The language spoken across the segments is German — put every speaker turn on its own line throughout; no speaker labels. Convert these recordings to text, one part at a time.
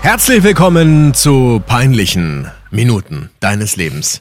Herzlich willkommen zu peinlichen Minuten deines Lebens.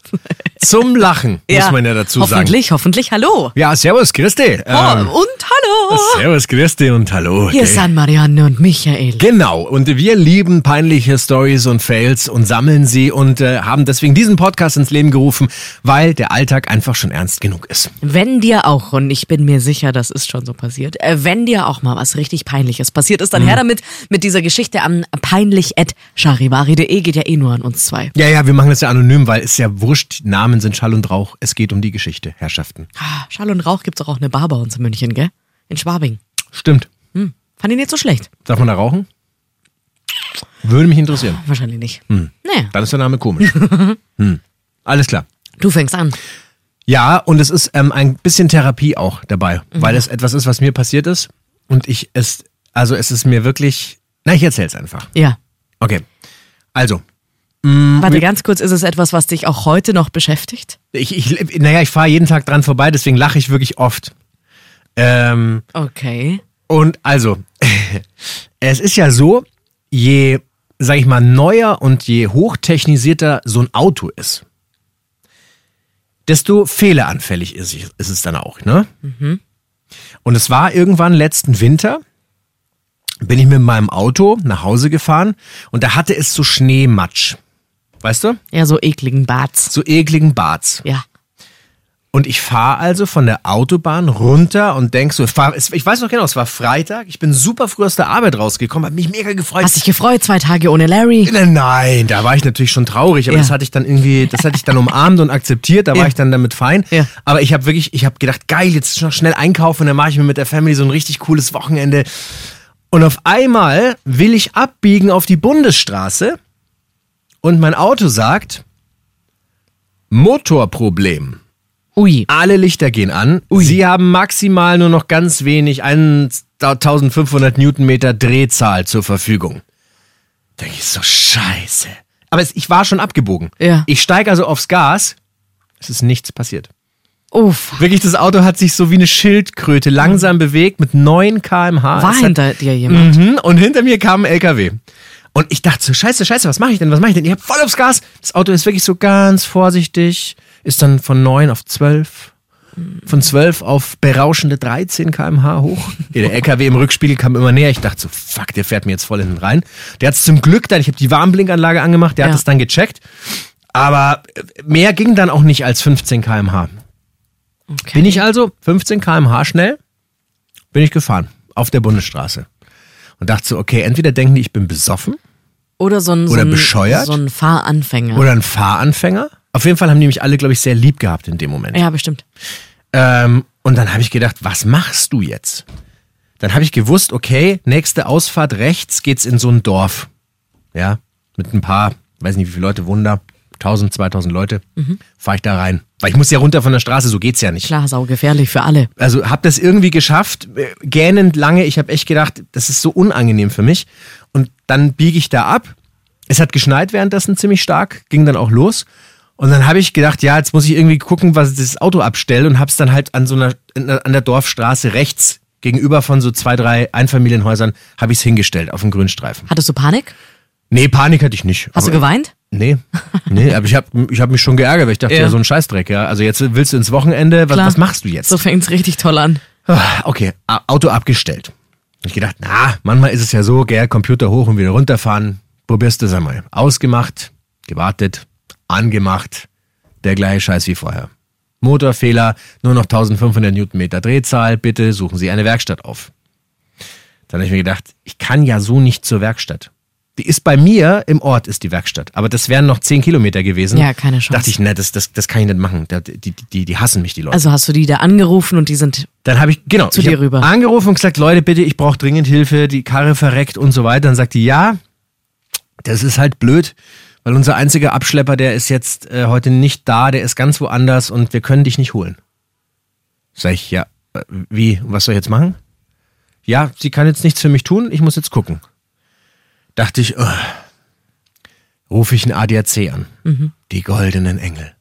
Zum Lachen, muss man ja dazu sagen.
Hoffentlich, hoffentlich. Hallo.
Ja, servus, Christi. Ähm,
oh, und hallo.
servus, Christi und hallo.
Hier
gell?
sind Marianne und Michael.
Genau, und wir lieben peinliche Stories und Fails und sammeln sie und äh, haben deswegen diesen Podcast ins Leben gerufen, weil der Alltag einfach schon ernst genug ist.
Wenn dir auch, und ich bin mir sicher, das ist schon so passiert, äh, wenn dir auch mal was richtig Peinliches passiert ist,
Mhm.
dann her damit mit dieser Geschichte an peinlich.charivari.de geht ja eh nur an uns zwei.
Ja, ja, wir machen das ja anonym, weil es ja wurscht, Namen sind Schall und Rauch, es geht um die Geschichte, Herrschaften.
Ah, Schall und Rauch gibt's doch auch eine Bar bei uns in München, gell? In Schwabing.
Stimmt.
Hm. Fand ich nicht so schlecht.
Darf man da rauchen? Würde mich interessieren.
Wahrscheinlich nicht. Hm. Naja,
Dann ist der Name komisch. hm. Alles klar.
du fängst an.
Ja, und es ist ähm, ein bisschen Therapie auch dabei, weil es etwas ist, was mir passiert ist. Und ich es, also es ist mir wirklich. Na, ich erzähl's einfach.
Ja.
Okay. Also,
Warte, ganz kurz, ist es etwas, was dich auch heute noch beschäftigt?
ich, ich naja, ich fahre jeden Tag dran vorbei, deswegen lache ich wirklich oft. Ähm,
Okay.
Und also, es ist ja so, je, sag ich mal, neuer und je hochtechnisierter so ein Auto ist, desto fehleranfällig ist, ich- ist es dann auch, ne? Und es war irgendwann letzten Winter, bin ich mit meinem Auto nach Hause gefahren und da hatte es so Schneematsch. Weißt du?
Ja, so ekligen Barts.
So ekligen Barts.
Ja.
Und ich fahre also von der Autobahn runter und denk so, ich, fahr, es- ich weiß noch genau, es war Freitag, ich bin super früh aus der Arbeit rausgekommen, hab mich mega gefreut.
Hast dich gefreut, zwei Tage ohne Larry?
Nein, Nein, da war ich natürlich schon traurig, aber
Ja.
das hatte ich dann irgendwie, das hatte ich dann umarmt und akzeptiert, da war
Ja.
ich dann damit fein.
Ja.
Aber ich habe wirklich, ich habe gedacht, geil, jetzt noch schnell einkaufen und dann mache ich mir mit der Family so ein richtig cooles Wochenende. Und auf einmal will ich abbiegen auf die Bundesstraße und mein Auto sagt, Motorproblem.
Ui.
Alle Lichter gehen an. Sie haben maximal nur noch ganz wenig, 1500 Newtonmeter Drehzahl zur Verfügung. Denke ich so, scheiße. Aber es, ich war schon abgebogen.
Ja.
Ich steige also aufs Gas. Es ist nichts passiert.
Uff.
Wirklich, das Auto hat sich so wie eine Schildkröte langsam bewegt mit 9 km/h.
War
Es hat,
hinter dir jemand?
Mhm, und hinter mir kam ein LKW. Und ich dachte so, scheiße, scheiße, was mache ich denn, was mache ich denn? Ich hab voll aufs Gas. Das Auto ist wirklich so ganz vorsichtig, ist dann von 9 auf 12, von 12 auf berauschende 13 kmh hoch. Der LKW im Rückspiegel kam immer näher. Ich dachte so, fuck, der fährt mir jetzt voll hinten rein. Der hat es zum Glück dann, ich habe die Warnblinkanlage angemacht, der
Ja.
hat es dann gecheckt. Aber äh, mehr ging dann auch nicht als 15 kmh.
Okay.
Bin ich also 15 km/h schnell, bin ich gefahren auf der Bundesstraße und dachte so, okay, entweder denken die, ich bin besoffen
Oder so ein,
Oder
so ein,
bescheuert?
So ein Fahranfänger.
oder ein Fahranfänger. Auf jeden Fall haben die mich alle, glaube ich, sehr lieb gehabt in dem Moment.
ja, bestimmt.
Ähm, und dann habe ich gedacht, was machst du jetzt? Dann habe ich gewusst, okay, nächste Ausfahrt rechts geht's in so ein Dorf. Ja, mit ein paar, weiß nicht wie viele Leute wohnen da, 1000, 2000 Leute. Fahr ich da rein. Weil ich muss ja runter von der Straße, so geht's ja nicht.
Klar, sau gefährlich für alle.
also habe das irgendwie geschafft, äh, gähnend lange. Ich habe echt gedacht, das ist so unangenehm für mich. Und dann biege ich da ab. Es hat geschneit währenddessen ziemlich stark, ging dann auch los. Und dann habe ich gedacht, ja, jetzt muss ich irgendwie gucken, was ich das Auto abstelle und habe es dann halt an so einer in- an der Dorfstraße rechts gegenüber von so zwei, drei Einfamilienhäusern habe ich es hingestellt auf dem Grünstreifen.
Hattest du Panik?
Nee, Panik hatte ich nicht.
Hast du
Aber-
geweint?
Nee, nee, aber ich habe ich hab mich schon geärgert, weil ich dachte, ja,
Ja.
so ein Scheißdreck, ja. Also jetzt willst du ins Wochenende, was,
Klar.
was machst du jetzt?
So fängt's richtig toll an.
Ah, Okay, A- Auto abgestellt. Hab Ich gedacht, na, manchmal ist es ja so, gell, Computer hoch und wieder runterfahren. Probierst das einmal. Ausgemacht, gewartet, angemacht, der gleiche Scheiß wie vorher. Motorfehler, nur noch 1500 Newtonmeter Drehzahl, bitte suchen Sie eine Werkstatt auf. Dann habe ich mir gedacht, ich kann ja so nicht zur Werkstatt. Die ist bei mir im Ort, ist die Werkstatt. Aber das wären noch 10 Kilometer gewesen.
Ja, keine Chance.
Dachte ich, ne, das, das, das kann ich nicht machen. Da- Die, die, die, die hassen mich, die Leute.
Also hast du die da angerufen und die sind.
Dann habe ich, genau,
Zu
ich
dir
hab
rüber.
angerufen und gesagt, Leute, bitte, ich brauche dringend Hilfe, die Karre verreckt und so weiter. Dann sagt die, ja, das ist halt blöd. Weil unser einziger Abschlepper, der ist jetzt äh, heute nicht da, der ist ganz woanders und wir können dich nicht holen. Sag ich, ja, äh, wie, was soll ich jetzt machen? Ja, sie kann jetzt nichts für mich tun, ich muss jetzt gucken. Dachte ich, oh, rufe ich einen ADAC an.
Mhm.
Die goldenen Engel.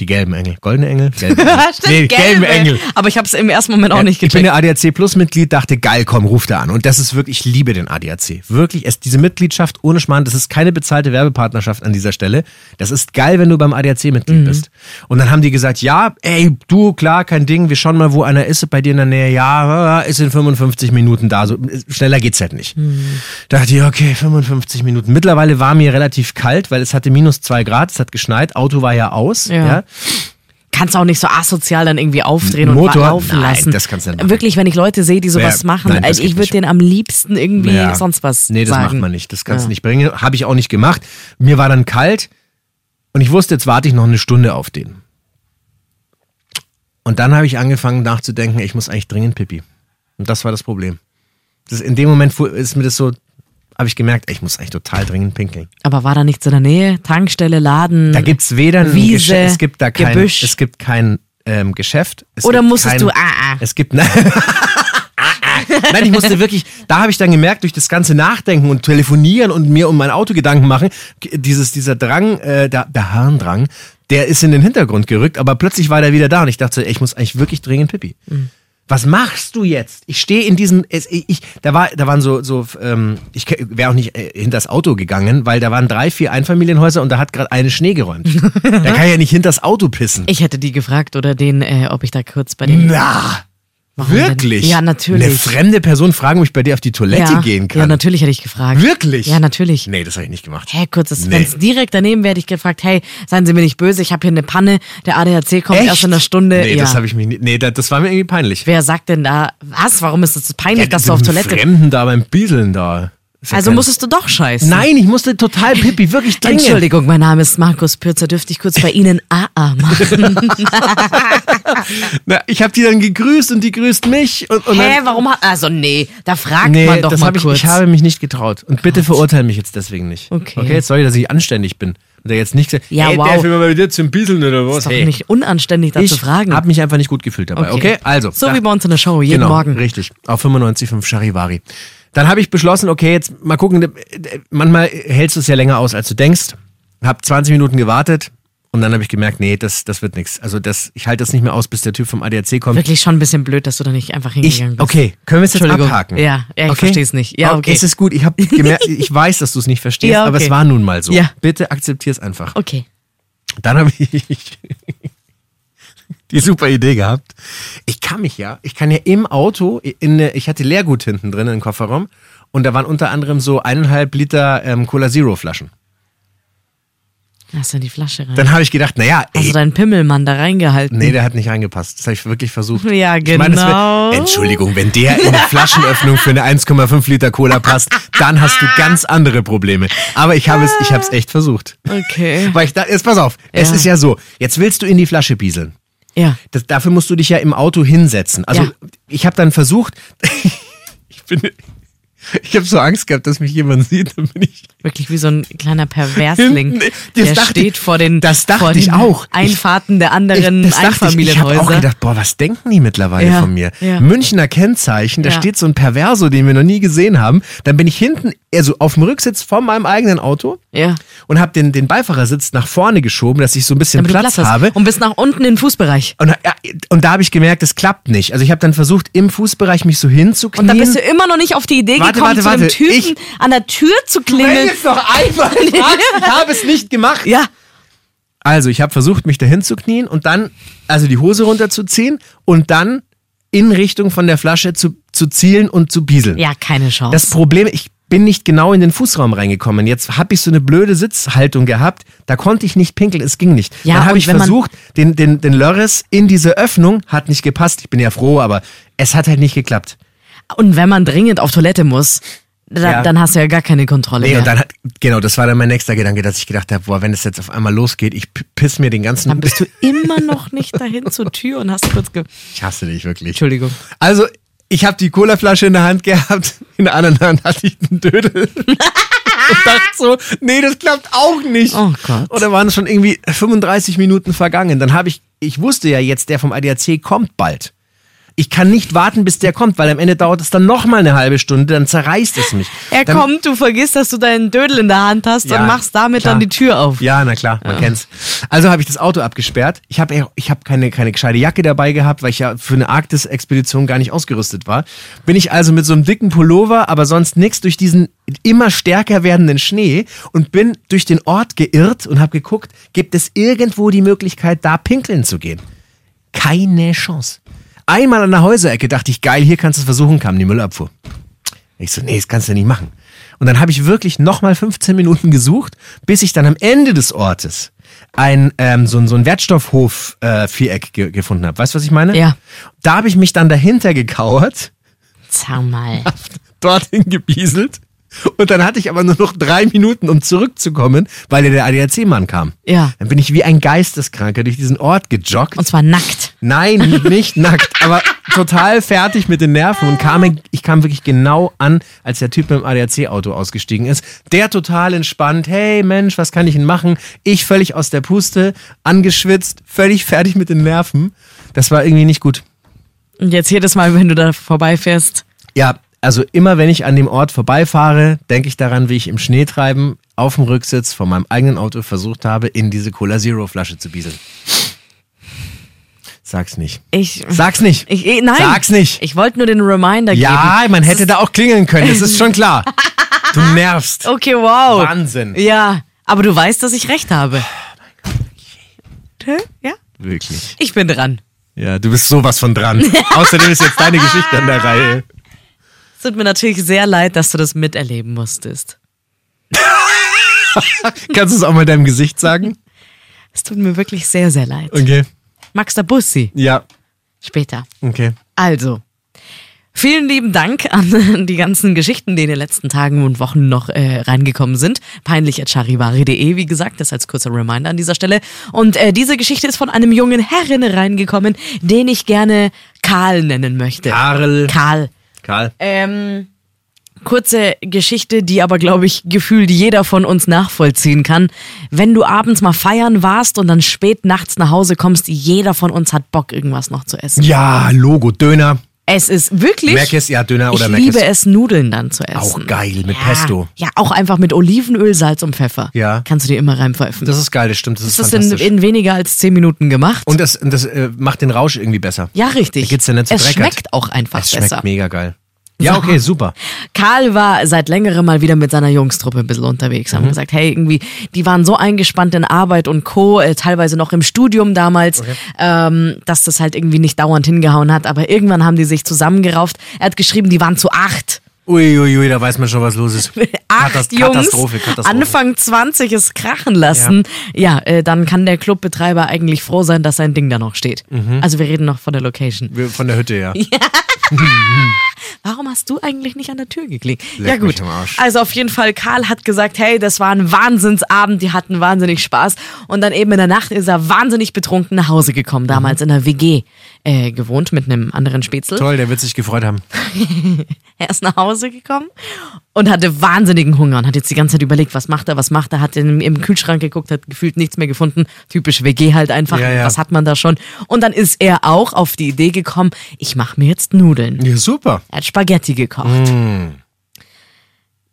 Die gelben Engel. Goldene Engel? Gelbe Engel. Nee, Ah, gelbe Engel.
Aber ich habe es im ersten Moment auch nicht
Ich bin
gecheckt.
ja ADAC Plus Mitglied, dachte, geil, komm, ruf da an. Und das ist wirklich, ich liebe den ADAC. Wirklich, es, diese Mitgliedschaft ohne Schmarrn, das ist keine bezahlte Werbepartnerschaft an dieser Stelle. Das ist geil, wenn du beim ADAC Mitglied
Mhm.
bist. Und dann haben die gesagt, ja, ey, du, klar, kein Ding, wir schauen mal, wo einer ist, bei dir in der Nähe, ja, ist in 55 Minuten da, so, schneller geht's halt nicht.
Mhm.
Dachte ich, okay, 55 Minuten. Mittlerweile war mir relativ kalt, weil es hatte minus zwei Grad, es hat geschneit, Auto war ja aus,
Ja.
ja.
Kannst auch nicht so asozial dann irgendwie aufdrehen und
Motor?
laufen
Nein,
lassen.
das kannst du nicht machen.
Wirklich, wenn ich Leute sehe, die sowas
Ja,
machen,
nein, das
also
geht
ich würde
nicht.
denen am liebsten irgendwie
Ja.
sonst was
Nee, das
sagen.
macht man nicht. Das kannst du nicht bringen. Habe ich auch nicht gemacht. Mir war dann kalt und ich wusste, jetzt warte ich noch eine Stunde auf den. Und dann habe ich angefangen nachzudenken, ich muss eigentlich dringend Pipi. Und das war das Problem. Das, in dem Moment fu- ist mir das so, habe ich gemerkt, ich muss eigentlich total dringend pinkeln.
Aber war da nichts in der Nähe? Tankstelle, Laden?
Da gibt's weder ein
Hm. Wiese,
Geschäft, es gibt da kein,
Gebüsch.
es gibt kein ähm, Geschäft. Es
Oder
gibt
musstest
kein,
du- ah, ah.
Es gibt nein, nein, ich musste wirklich. Da habe ich dann gemerkt durch das ganze Nachdenken und Telefonieren und mir um mein Auto Gedanken machen, g- dieses dieser Drang, äh, der, der Harndrang, der ist in den Hintergrund gerückt. Aber plötzlich war der wieder da und ich dachte, ey, ich muss eigentlich wirklich dringend Pipi. Was machst du jetzt? Ich stehe in diesem, es- ich, ich, da war, da waren so, so, ähm, ich wäre auch nicht äh, hinters Auto gegangen, weil da waren drei, vier Einfamilienhäuser und da hat gerade eine Schnee geräumt. da kann ich ja nicht hinters Auto pissen.
ich hätte die gefragt oder den, äh, ob ich da kurz bei dem...
Na,
Warum denn?
wirklich?
Ja, natürlich.
Eine fremde Person fragen, ob ich bei dir auf die Toilette
ja.
gehen
Ja,
kann.
natürlich hätte ich gefragt.
Wirklich?
Ja, natürlich.
Nee, das habe ich nicht gemacht.
Hey, kurzes,
Nee.
nee. wenn's direkt daneben wäre, hätte ich gefragt, hey, seien Sie mir nicht böse, ich habe hier eine Panne, der ADAC kommt
Echt?
erst in einer Stunde.
Nee,
ja.
das habe ich mich nicht. Nee, das, das war mir irgendwie peinlich.
Wer sagt denn da, was, warum ist es so peinlich,
Ja,
dass du auf
mit
Toilette
Fremden da beim Bieseln da. Ist ja
Also
kein-
musstest du doch scheißen.
Nein, ich musste total Pippi, wirklich dringend.
Entschuldigung, mein Name ist Markus Pürzer. Dürfte ich kurz bei Ihnen AA machen?
Na, ich habe die dann gegrüßt und die grüßt mich und, und
Hä,
dann,
warum hat. Also, nee, da fragt
nee,
man doch
das
mal
hab ich,
kurz.
ich habe mich nicht getraut und bitte verurteile mich jetzt deswegen nicht.
Okay.
Okay, sorry, dass ich anständig bin und da jetzt nicht gesagt,
Ja,
hey,
wow.
darf ich mal mit dir zum Bieseln oder was?
ist doch
hey.
nicht unanständig, da zu
ich
fragen.
habe mich einfach nicht gut gefühlt dabei. Okay, also
So
da-
wie bei uns in der Show, jeden
genau,
Morgen.
Richtig, auf 95,5 Charivari. Dann habe ich beschlossen, okay, jetzt mal gucken, manchmal hältst du es ja länger aus, als du denkst. Hab 20 Minuten gewartet und dann habe ich gemerkt, nee, das, das wird nichts. Also das, ich halte das nicht mehr aus, bis der Typ vom ADAC kommt.
Wirklich schon ein bisschen blöd, dass du da nicht einfach
Ich,
hingegangen bist.
okay, können wir es jetzt
Entschuldigung.
abhaken?
Ja, ja, ich versteh's nicht. Ja,
Oh,
okay.
Es ist gut, ich habe gemerkt, ich weiß, dass du es nicht verstehst,
Ja,
aber
okay.
es war nun mal so.
Ja.
Bitte akzeptier es einfach.
Okay.
Dann habe ich die super Idee gehabt. Ich kann mich ja, ich kann ja im Auto, in, eine- ich hatte Leergut hinten drin im Kofferraum und da waren unter anderem so eineinhalb Liter ähm, Cola Zero Flaschen.
Hast du in die Flasche rein?
Dann habe ich gedacht, naja,
Hast du
ey,
deinen Pimmelmann da reingehalten?
nee, der hat nicht reingepasst. Das habe ich wirklich versucht.
Ja,
Ich meine, das
genau.
wär, Entschuldigung, wenn der in eine Flaschenöffnung für eine 1,5 Liter Cola passt, dann hast du ganz andere Probleme. Aber ich habe es, ich habe es echt versucht.
Okay.
Weil ich da, jetzt pass auf, es
Ja.
ist ja so, jetzt willst du in die Flasche pieseln.
Ja.
das, dafür musst du dich ja im Auto hinsetzen. Also
Ja.
ich habe dann versucht, ich bin, ich habe so Angst gehabt, dass mich jemand sieht, dann bin ich
Wirklich wie so ein kleiner Perversling.
Nee, das
der
dachte
steht
ich-
vor den,
das dachte
vor den
ich auch. Ich-
Einfahrten der anderen
ich, das dachte ich, ich habe auch
Einfamilienhäuser.
gedacht, boah, was denken die mittlerweile
Ja,
von mir?
ja.
Münchner Kennzeichen, da
Ja.
steht so ein Perverso, den wir noch nie gesehen haben. Dann bin ich hinten, also auf dem Rücksitz von meinem eigenen Auto
ja.
und habe den, den Beifahrersitz nach vorne geschoben, dass ich so ein bisschen
Damit du
Platz,
hast.
habe.
Und bis nach unten in den Fußbereich.
Und, ja, und da habe ich gemerkt, es klappt nicht. Also ich habe dann versucht, im Fußbereich mich so hinzuknien.
Und dann bist du immer noch nicht auf die Idee
Warte,
gekommen,
warte,
zu dem
warte.
Typen an der Tür zu
Wenn
klingeln.
jetzt noch einmal fragst, ich habe es nicht gemacht.
Ja,
Also, ich habe versucht, mich dahin zu knien und dann, also die Hose runterzuziehen und dann in Richtung von der Flasche zu, zu zielen und zu bieseln.
ja, keine Chance.
Das Problem, ich bin nicht genau in den Fußraum reingekommen. Jetzt habe ich so eine blöde Sitzhaltung gehabt. Da konnte ich nicht pinkeln, es ging nicht.
Ja,
dann
und
habe ich
wenn man-
versucht, den, den, den Lörres in diese Öffnung, hat nicht gepasst. Ich bin ja froh, aber es hat halt nicht geklappt.
und wenn man dringend auf Toilette muss, da,
Ja.
dann hast du ja gar keine Kontrolle
Nee,
mehr.
und dann hat, genau, das war dann mein nächster Gedanke, dass ich gedacht habe, boah, wenn es jetzt auf einmal losgeht, ich p- piss mir den ganzen
Dann bist du immer noch nicht dahin zur Tür und hast kurz ge...
Ich hasse dich wirklich.
Entschuldigung.
Also, ich habe die Colaflasche in der Hand gehabt, in der anderen Hand hatte ich einen Dödel. Ich dachte so, nee, das klappt auch nicht.
Oh Gott.
Oder waren es schon irgendwie 35 Minuten vergangen? Dann habe ich, ich wusste ja jetzt, der vom ADAC kommt bald. Ich kann nicht warten, bis der kommt, weil am Ende dauert es dann nochmal eine halbe Stunde, dann zerreißt es mich.
Er
dann,
kommt, du vergisst, dass du deinen Dödel in der Hand hast
Ja,
und machst damit
klar.
dann die Tür auf.
Ja, na klar, man kennt's. Also habe ich das Auto abgesperrt. Ich habe ich hab keine, keine gescheite Jacke dabei gehabt, weil ich ja für eine Arktis-Expedition gar nicht ausgerüstet war. Bin ich also mit so einem dicken Pullover, aber sonst nichts durch diesen immer stärker werdenden Schnee und bin durch den Ort geirrt und habe geguckt, gibt es irgendwo die Möglichkeit, da pinkeln zu gehen? Keine Chance. Einmal an der Häuserecke dachte ich, geil, hier kannst du es versuchen, kam die Müllabfuhr. Ich so, nee, das kannst du nicht machen. Und dann habe ich wirklich nochmal 15 Minuten gesucht, bis ich dann am Ende des Ortes ein, ähm, so, ein- so ein Wertstoffhof-Viereck ge gefunden habe. Weißt du, was ich meine?
Ja.
Da habe ich mich dann dahinter gekauert,
Sag mal.
dorthin gebieselt. Und dann hatte ich aber nur noch drei Minuten, um zurückzukommen, weil ja der ADAC-Mann kam.
Ja.
Dann bin ich wie ein Geisteskranker durch diesen Ort gejoggt.
Und zwar nackt.
Nein, nicht nackt, aber total fertig mit den Nerven und kam, ich kam wirklich genau an, als der Typ mit dem ADAC-Auto ausgestiegen ist. Der total entspannt, hey Mensch, was kann ich denn machen? Ich völlig aus der Puste, angeschwitzt, völlig fertig mit den Nerven. Das war irgendwie nicht gut.
Und jetzt jedes Mal, wenn du da vorbeifährst.
Ja, also immer wenn ich an dem Ort vorbeifahre, denke ich daran, wie ich im Schneetreiben auf dem Rücksitz von meinem eigenen Auto versucht habe, in diese Cola Zero Flasche zu bieseln. Sag's nicht.
Ich.
Sag's nicht.
ich eh, nein.
Sag's nicht.
Ich wollte nur den Reminder geben.
Ja, man hätte da auch klingeln können, das ist schon klar. Du nervst.
Okay, wow.
Wahnsinn.
Ja. Aber du weißt, dass ich recht habe. Hä? Ja?
Wirklich.
Ich bin dran.
Ja, du bist sowas von dran. Außerdem ist jetzt deine Geschichte an der Reihe.
Es tut mir natürlich sehr leid, dass du das miterleben musstest.
Kannst du es auch mal deinem Gesicht sagen?
Es tut mir wirklich sehr, sehr leid.
Okay.
Max Bussi.
Ja.
Später.
Okay.
Also, vielen lieben Dank an die ganzen Geschichten, die in den letzten Tagen und Wochen noch äh, reingekommen sind. Peinlich at charivari.de, wie gesagt, das als kurzer Reminder an dieser Stelle. Und äh, diese Geschichte ist von einem jungen Herren reingekommen, den ich gerne Karl nennen möchte.
Karl.
Karl.
Karl.
Ähm, kurze Geschichte, die aber, glaube ich, gefühlt jeder von uns nachvollziehen kann. Wenn du abends mal feiern warst und dann spät nachts nach Hause kommst, jeder von uns hat Bock, irgendwas noch zu essen.
Ja, Logo, Döner.
Es ist wirklich.
Meckes, ja, Döner oder
ich
Meckes.
liebe es, Nudeln dann zu essen.
Auch geil, mit
ja,
Pesto.
Ja, auch einfach mit Olivenöl, Salz und Pfeffer.
Ja.
Kannst du dir immer reinpfeifen.
Das ist geil, das stimmt, das ist
das ist in,
fantastisch.
in weniger als zehn Minuten gemacht.
und das, und das äh, macht den Rausch irgendwie besser.
ja, richtig.
Da geht's dir nicht so
es
dreckert.
schmeckt auch einfach
Es schmeckt
besser.
mega geil. Ja, okay, super.
Karl war seit längerem mal wieder mit seiner Jungstruppe ein bisschen unterwegs.
Mhm.
Haben gesagt, hey, irgendwie, die waren so eingespannt in Arbeit und Co., äh, teilweise noch im Studium damals, ähm, dass das halt irgendwie nicht dauernd hingehauen hat. Aber irgendwann haben die sich zusammengerauft. Er hat geschrieben, die waren zu acht.
Uiuiui, da weiß man schon, was los ist.
Acht
Katast-
Jungs,
Katastrophe, Katastrophe.
Anfang 20 es krachen lassen, ja, äh, dann kann der Clubbetreiber eigentlich froh sein, dass sein Ding da noch steht.
Mhm.
Also wir reden noch von der Location.
Wir- Von der Hütte, ja.
Warum hast du eigentlich nicht an der Tür geklingelt?
Leck
ja gut.
mich am Arsch.
Also auf jeden Fall, Karl hat gesagt, hey, das war ein Wahnsinnsabend, die hatten wahnsinnig Spaß. Und dann eben in der Nacht ist er wahnsinnig betrunken nach Hause gekommen, damals in der WG äh, gewohnt mit einem anderen Spätzle.
Toll, der wird sich gefreut haben.
Er ist nach Hause gekommen und hatte wahnsinnigen Hunger und hat jetzt die ganze Zeit überlegt, was macht er, was macht er, hat in, im Kühlschrank geguckt, hat gefühlt nichts mehr gefunden. Typisch WG halt einfach,
Ja, ja.
was hat man da schon? Und dann ist er auch auf die Idee gekommen, ich mache mir jetzt Nudeln.
Ja, super.
Er hat Spaghetti gekocht.
Mm.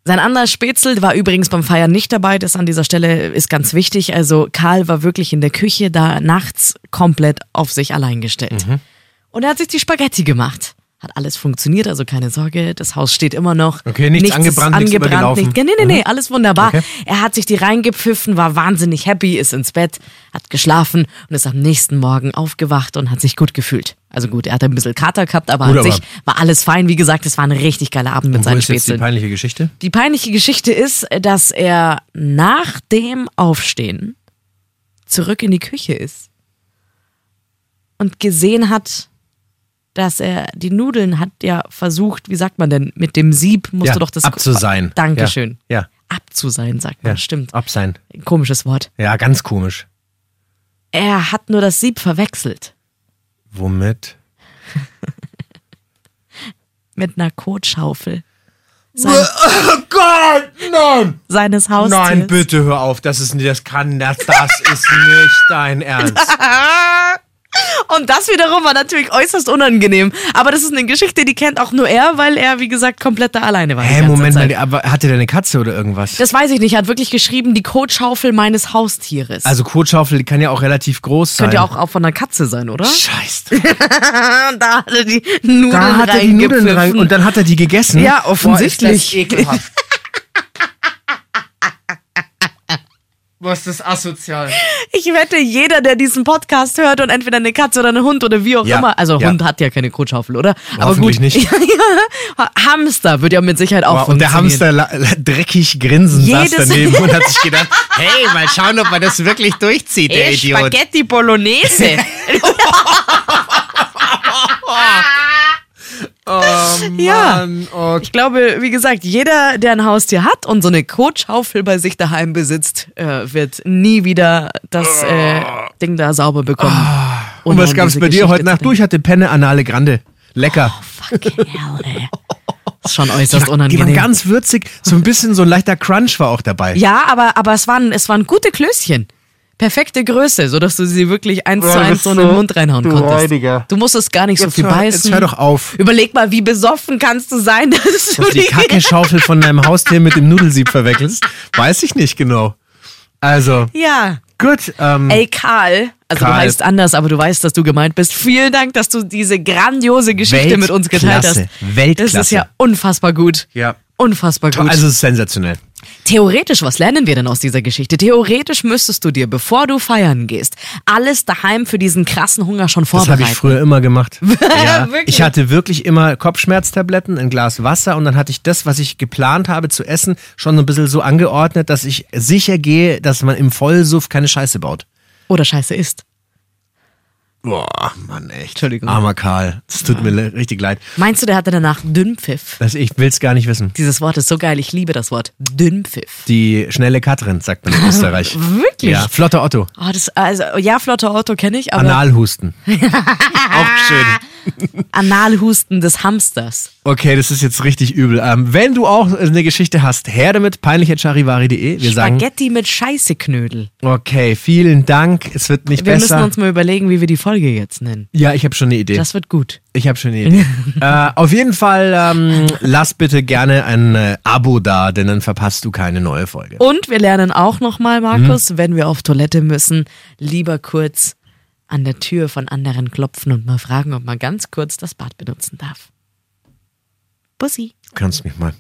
Sein anderer Spätzle war übrigens beim Feiern nicht dabei. Das an dieser Stelle ist ganz wichtig. Also Karl war wirklich in der Küche da nachts komplett auf sich allein gestellt.
Mhm.
Und er hat sich die Spaghetti gemacht. Hat alles funktioniert, also keine Sorge, das Haus steht immer noch.
Okay, nichts
ist
angebrannt, nichts übergelaufen. Mhm.
nichts- Nee, nee, nee, alles wunderbar.
Okay.
Er hat sich die reingepfiffen, war wahnsinnig happy, ist ins Bett, hat geschlafen und ist am nächsten Morgen aufgewacht und hat sich gut gefühlt. Also gut, er hat ein bisschen Kater gehabt, aber
Gut,
an sich
aber-
war alles fein. Wie gesagt, es war ein richtig geiler Abend mit
Und wo
seinen
ist jetzt die
Spätzeln.
peinliche Geschichte?
Die peinliche Geschichte ist, dass er nach dem Aufstehen zurück in die Küche ist und gesehen hat, dass er die Nudeln hat ja versucht, wie sagt man denn, mit dem Sieb musste
ja,
doch das
ab zu sein.
Dankeschön.
Ja,
Ab zu sein, sagt
ja,
man,
ja.
stimmt.
Ab sein.
Ein komisches Wort.
Ja, ganz komisch.
Er hat nur das Sieb verwechselt
Womit?
mit einer Kotschaufel. sein,
Oh Gott, nein!
seines Haustiers.
Nein, bitte hör auf, das ist nicht, das kann, das, das ist nicht dein Ernst.
Und das wiederum war natürlich äußerst unangenehm. Aber das ist eine Geschichte, die kennt auch nur er, weil er, wie gesagt, komplett da alleine war. die
Hä,
ganze
Moment
Zeit.
mal, aber hatte der eine Katze oder irgendwas?
Das weiß ich nicht. Er hat wirklich geschrieben, die Kotschaufel meines Haustieres.
also Kotschaufel, die kann ja auch relativ groß sein.
Könnte ja auch, auch von einer Katze sein, oder?
Scheiße.
Ah, da hat er die Nudeln
Da hat er die Nudeln
reingepfiffen.
rein und dann hat er die gegessen.
Ja, offensichtlich.
Boah, ist das ekelhaft. Boah, ist das asozial.
Ich wette, jeder, der diesen Podcast hört und entweder eine Katze oder einen Hund oder wie auch
Ja,
immer, also
ja.
Hund hat ja keine Kotschaufel, oder?
Hoffentlich nicht.
Ja, ja. Hamster wird ja mit Sicherheit auch
Boah, und der
funktionieren.
Hamster la- la- dreckig grinsend saß
Jedes-
daneben und hat sich gedacht, hey, mal schauen, ob man das wirklich durchzieht, der
Ey,
Idiot.
Spaghetti Bolognese. ja.
oh
Ich glaube, wie gesagt, jeder, der ein Haustier hat und so eine Kotschaufel bei sich daheim besitzt, äh, wird nie wieder das äh, Ding da sauber bekommen.
Oh. Ah. Und was
um
gab's
diese
bei dir
Geschichte
heute
zu
Nacht? Du,
denken.
ich hatte Penne Anale Grande. Lecker.
Fucking hell, ey. Ist schon äußerst
die
unangenehm.
waren ganz würzig. So ein bisschen so ein leichter Crunch war auch dabei.
ja, aber, aber es, waren, es waren gute Klößchen. Perfekte Größe, sodass du sie wirklich eins zu eins so in den Mund reinhauen konntest. Du musstest gar nicht so viel
hör-
beißen.
jetzt hör doch auf.
Überleg mal, wie besoffen kannst du sein, dass du
Dass du die Kackeschaufel von deinem Haustier mit dem Nudelsieb verwechselst, weiß ich nicht genau. Also,
Ja.
gut. Ähm,
Ey, Karl. Also
Karl.
du heißt anders, aber du weißt, dass du gemeint bist. Vielen Dank, dass du diese grandiose Geschichte mit uns geteilt hast.
Weltklasse. Weltklasse.
Das ist ja unfassbar gut.
Ja.
Unfassbar
to-
gut.
also, es ist sensationell.
Theoretisch, was lernen wir denn aus dieser Geschichte? Theoretisch müsstest du dir, bevor du feiern gehst, alles daheim für diesen krassen Hunger schon
Das habe
vorbereiten.
ich früher immer gemacht. ja.
Wirklich?
Ich hatte wirklich immer Kopfschmerztabletten, ein Glas Wasser und dann hatte ich das, was ich geplant habe zu essen, schon so ein bisschen so angeordnet, dass ich sicher gehe, dass man im Vollsuff keine Scheiße baut.
Oder scheiße ist.
Boah, Mann, echt.
Entschuldigung.
Armer Karl, es tut mir le- richtig leid.
Meinst du, der hatte danach Dünnpfiff?
Das, ich will's gar nicht wissen.
Dieses Wort ist so geil, ich liebe das Wort. Dünnpfiff.
Die schnelle Katrin, sagt man in Österreich.
Wirklich?
Ja, flotter Otto.
Oh, das, also, ja, flotter Auto kenne ich, aber
Analhusten. Auch schön.
Analhusten des Hamsters.
Okay, das ist jetzt richtig übel. Ähm, wenn du auch eine Geschichte hast, her damit, peinlich.charivari.de. Wir sagen,
Spaghetti mit Scheißeknödel.
okay, vielen Dank, es wird nicht
Wir müssen
besser.
uns mal überlegen, wie wir die Folge jetzt nennen.
ja, ich habe schon eine Idee.
Das wird gut.
Ich habe schon eine Idee. äh, auf jeden Fall, ähm, lass bitte gerne ein äh, Abo da, denn dann verpasst du keine neue Folge.
Und wir lernen auch nochmal,
Mhm.
Markus, wenn wir auf Toilette müssen, lieber kurz an der Tür von anderen klopfen und mal fragen, ob man ganz kurz das Bad benutzen darf. Bussi.
Du kannst mich mal.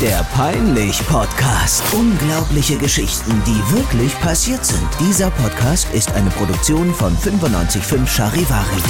Der Peinlich-Podcast. Unglaubliche Geschichten, die wirklich passiert sind. Dieser Podcast ist eine Produktion von 955 Charivari.